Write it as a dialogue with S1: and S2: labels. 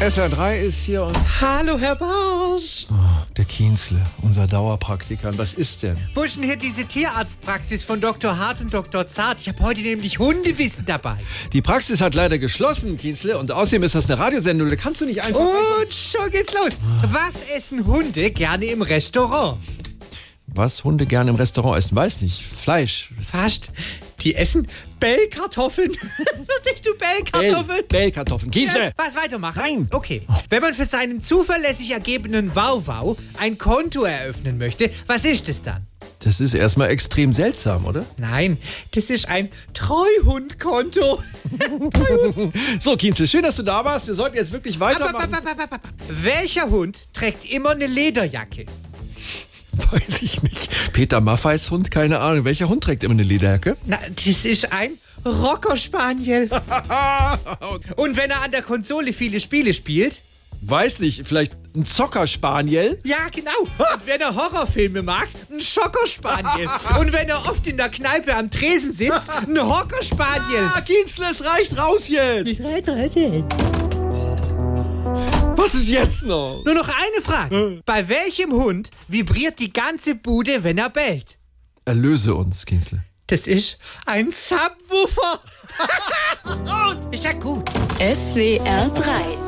S1: SWR 3 ist hier und
S2: Hallo, Herr Bausch.
S1: der Kienzle, unser Dauerpraktikant. Was ist denn?
S2: Wo ist denn hier diese Tierarztpraxis von Dr. Hart und Dr. Zart? Ich habe heute nämlich Hundewissen dabei.
S1: Die Praxis hat leider geschlossen, Kienzle, und außerdem ist das eine Radiosendung. Da kannst du nicht einfach.
S2: Und schon geht's los. Was essen Hunde gerne im Restaurant?
S1: Was Hunde gerne im Restaurant essen, weiß nicht. Fleisch.
S2: Fast. Die essen Bellkartoffeln. Wirklich, du Bellkartoffeln? Äh,
S1: Bellkartoffeln. Kienzle!
S2: Was weitermachen?
S1: Nein.
S2: Okay. Wenn man für seinen zuverlässig ergebenen Wauwau ein Konto eröffnen möchte, was ist es dann?
S1: Das ist erstmal extrem seltsam, oder?
S2: Nein, das ist ein Treuhundkonto.
S1: So, Kienzle, schön, dass du da warst. Wir sollten jetzt wirklich weitermachen.
S2: Welcher Hund trägt immer eine Lederjacke?
S1: Weiß ich nicht. Peter Maffeis Hund, keine Ahnung. Welcher Hund trägt immer eine Lederjacke?
S2: Na, das ist ein Rocker Spaniel. Und wenn er an der Konsole viele Spiele spielt?
S1: Weiß nicht. Vielleicht ein Zockerspaniel?
S2: Ja, genau. Und wenn er Horrorfilme mag, ein Schocker Spaniel. Und wenn er oft in der Kneipe am Tresen sitzt, ein Hocker Spaniel.
S1: Ah, Kienzle, es reicht raus jetzt. Was ist jetzt noch?
S2: Nur noch eine Frage. Bei welchem Hund vibriert die ganze Bude, wenn er bellt?
S1: Erlöse uns, Kienzle.
S2: Das ist ein Subwoofer. Raus! Ist ja gut.
S3: SWR 3